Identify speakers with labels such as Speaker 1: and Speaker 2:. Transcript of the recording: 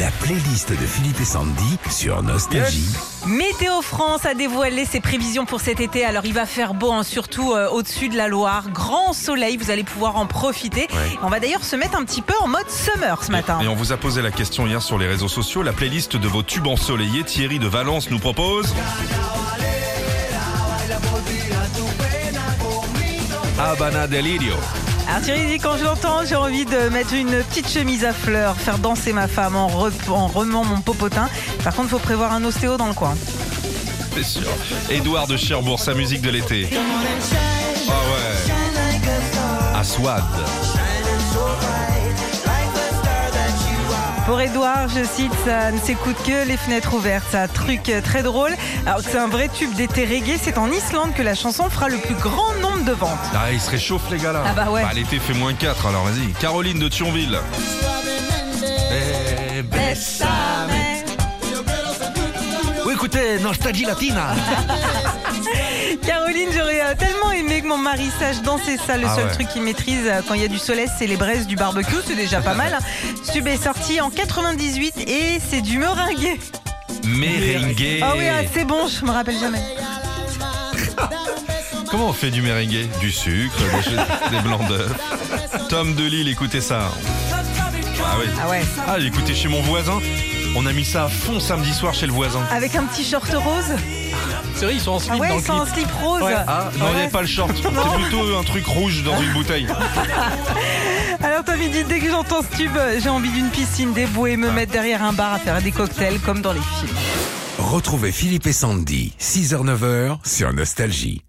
Speaker 1: La playlist de Philippe et Sandy sur Nostalgie.
Speaker 2: Météo France a dévoilé ses prévisions pour cet été. Alors il va faire beau, hein, surtout euh, au-dessus de la Loire. Grand soleil, vous allez pouvoir en profiter.
Speaker 3: Ouais.
Speaker 2: On va d'ailleurs se mettre un petit peu en mode summer ce matin.
Speaker 3: Et on vous a posé la question hier sur les réseaux sociaux. La playlist de vos tubes ensoleillés, Thierry de Valence nous propose. Habana Delirio.
Speaker 2: Alors Thierry dit quand je l'entends, j'ai envie de mettre une petite chemise à fleurs, faire danser ma femme en, rep- en remuant mon popotin. Par contre, faut prévoir un ostéo dans le coin.
Speaker 3: C'est sûr. Édouard de Cherbourg, sa musique de l'été. Ah ouais. Aswad.
Speaker 2: Pour Edouard, je cite, ça ne s'écoute que les fenêtres ouvertes. C'est un truc euh, très drôle. Alors que c'est un vrai tube d'été reggae. C'est en Islande que la chanson fera le plus grand nombre de ventes.
Speaker 3: Ah, il se réchauffe les gars là.
Speaker 2: Ah bah ouais.
Speaker 3: l'été fait moins 4, alors vas-y. Caroline de Thionville. Eh ben.
Speaker 1: Oui, écoutez, Nostalgie Latina.
Speaker 2: Caroline, j'aurais euh, tellement aimé que mon mari sache danser ça. Le
Speaker 3: Ah
Speaker 2: seul
Speaker 3: ouais.
Speaker 2: truc qu'il maîtrise euh, quand il y a du soleil, c'est les braises du barbecue. C'est déjà pas mal. hein. Tube est sorti en 98 et c'est du meringue.
Speaker 3: Merengue.
Speaker 2: Ah oui, ah, c'est bon, je me rappelle jamais.
Speaker 3: Comment on fait du merengue Du sucre, des, choses- des blancs d'œufs. Tom de Lille, écoutez ça. Ah oui.
Speaker 2: Ah ouais.
Speaker 3: Ah, j'ai écouté chez mon voisin. On a mis ça à fond samedi soir chez le voisin.
Speaker 2: Avec un petit short rose.
Speaker 4: C'est vrai, ils sont en
Speaker 2: Ah
Speaker 4: slip dans
Speaker 2: ouais,
Speaker 4: le
Speaker 2: c'est
Speaker 4: clip.
Speaker 2: un slip rose.
Speaker 4: Ouais.
Speaker 3: Ah, non, il n'y
Speaker 2: Ouais.
Speaker 3: avait pas le short. C'est plutôt euh, un truc rouge dans une bouteille.
Speaker 2: Alors Tommy dit dès que j'entends ce tube, euh, j'ai envie d'une piscine, des bouées,
Speaker 3: Ah.
Speaker 2: me mettre derrière un bar à faire des cocktails comme dans les films.
Speaker 1: Retrouvez Philippe et Sandy, 6h-9h sur Nostalgie.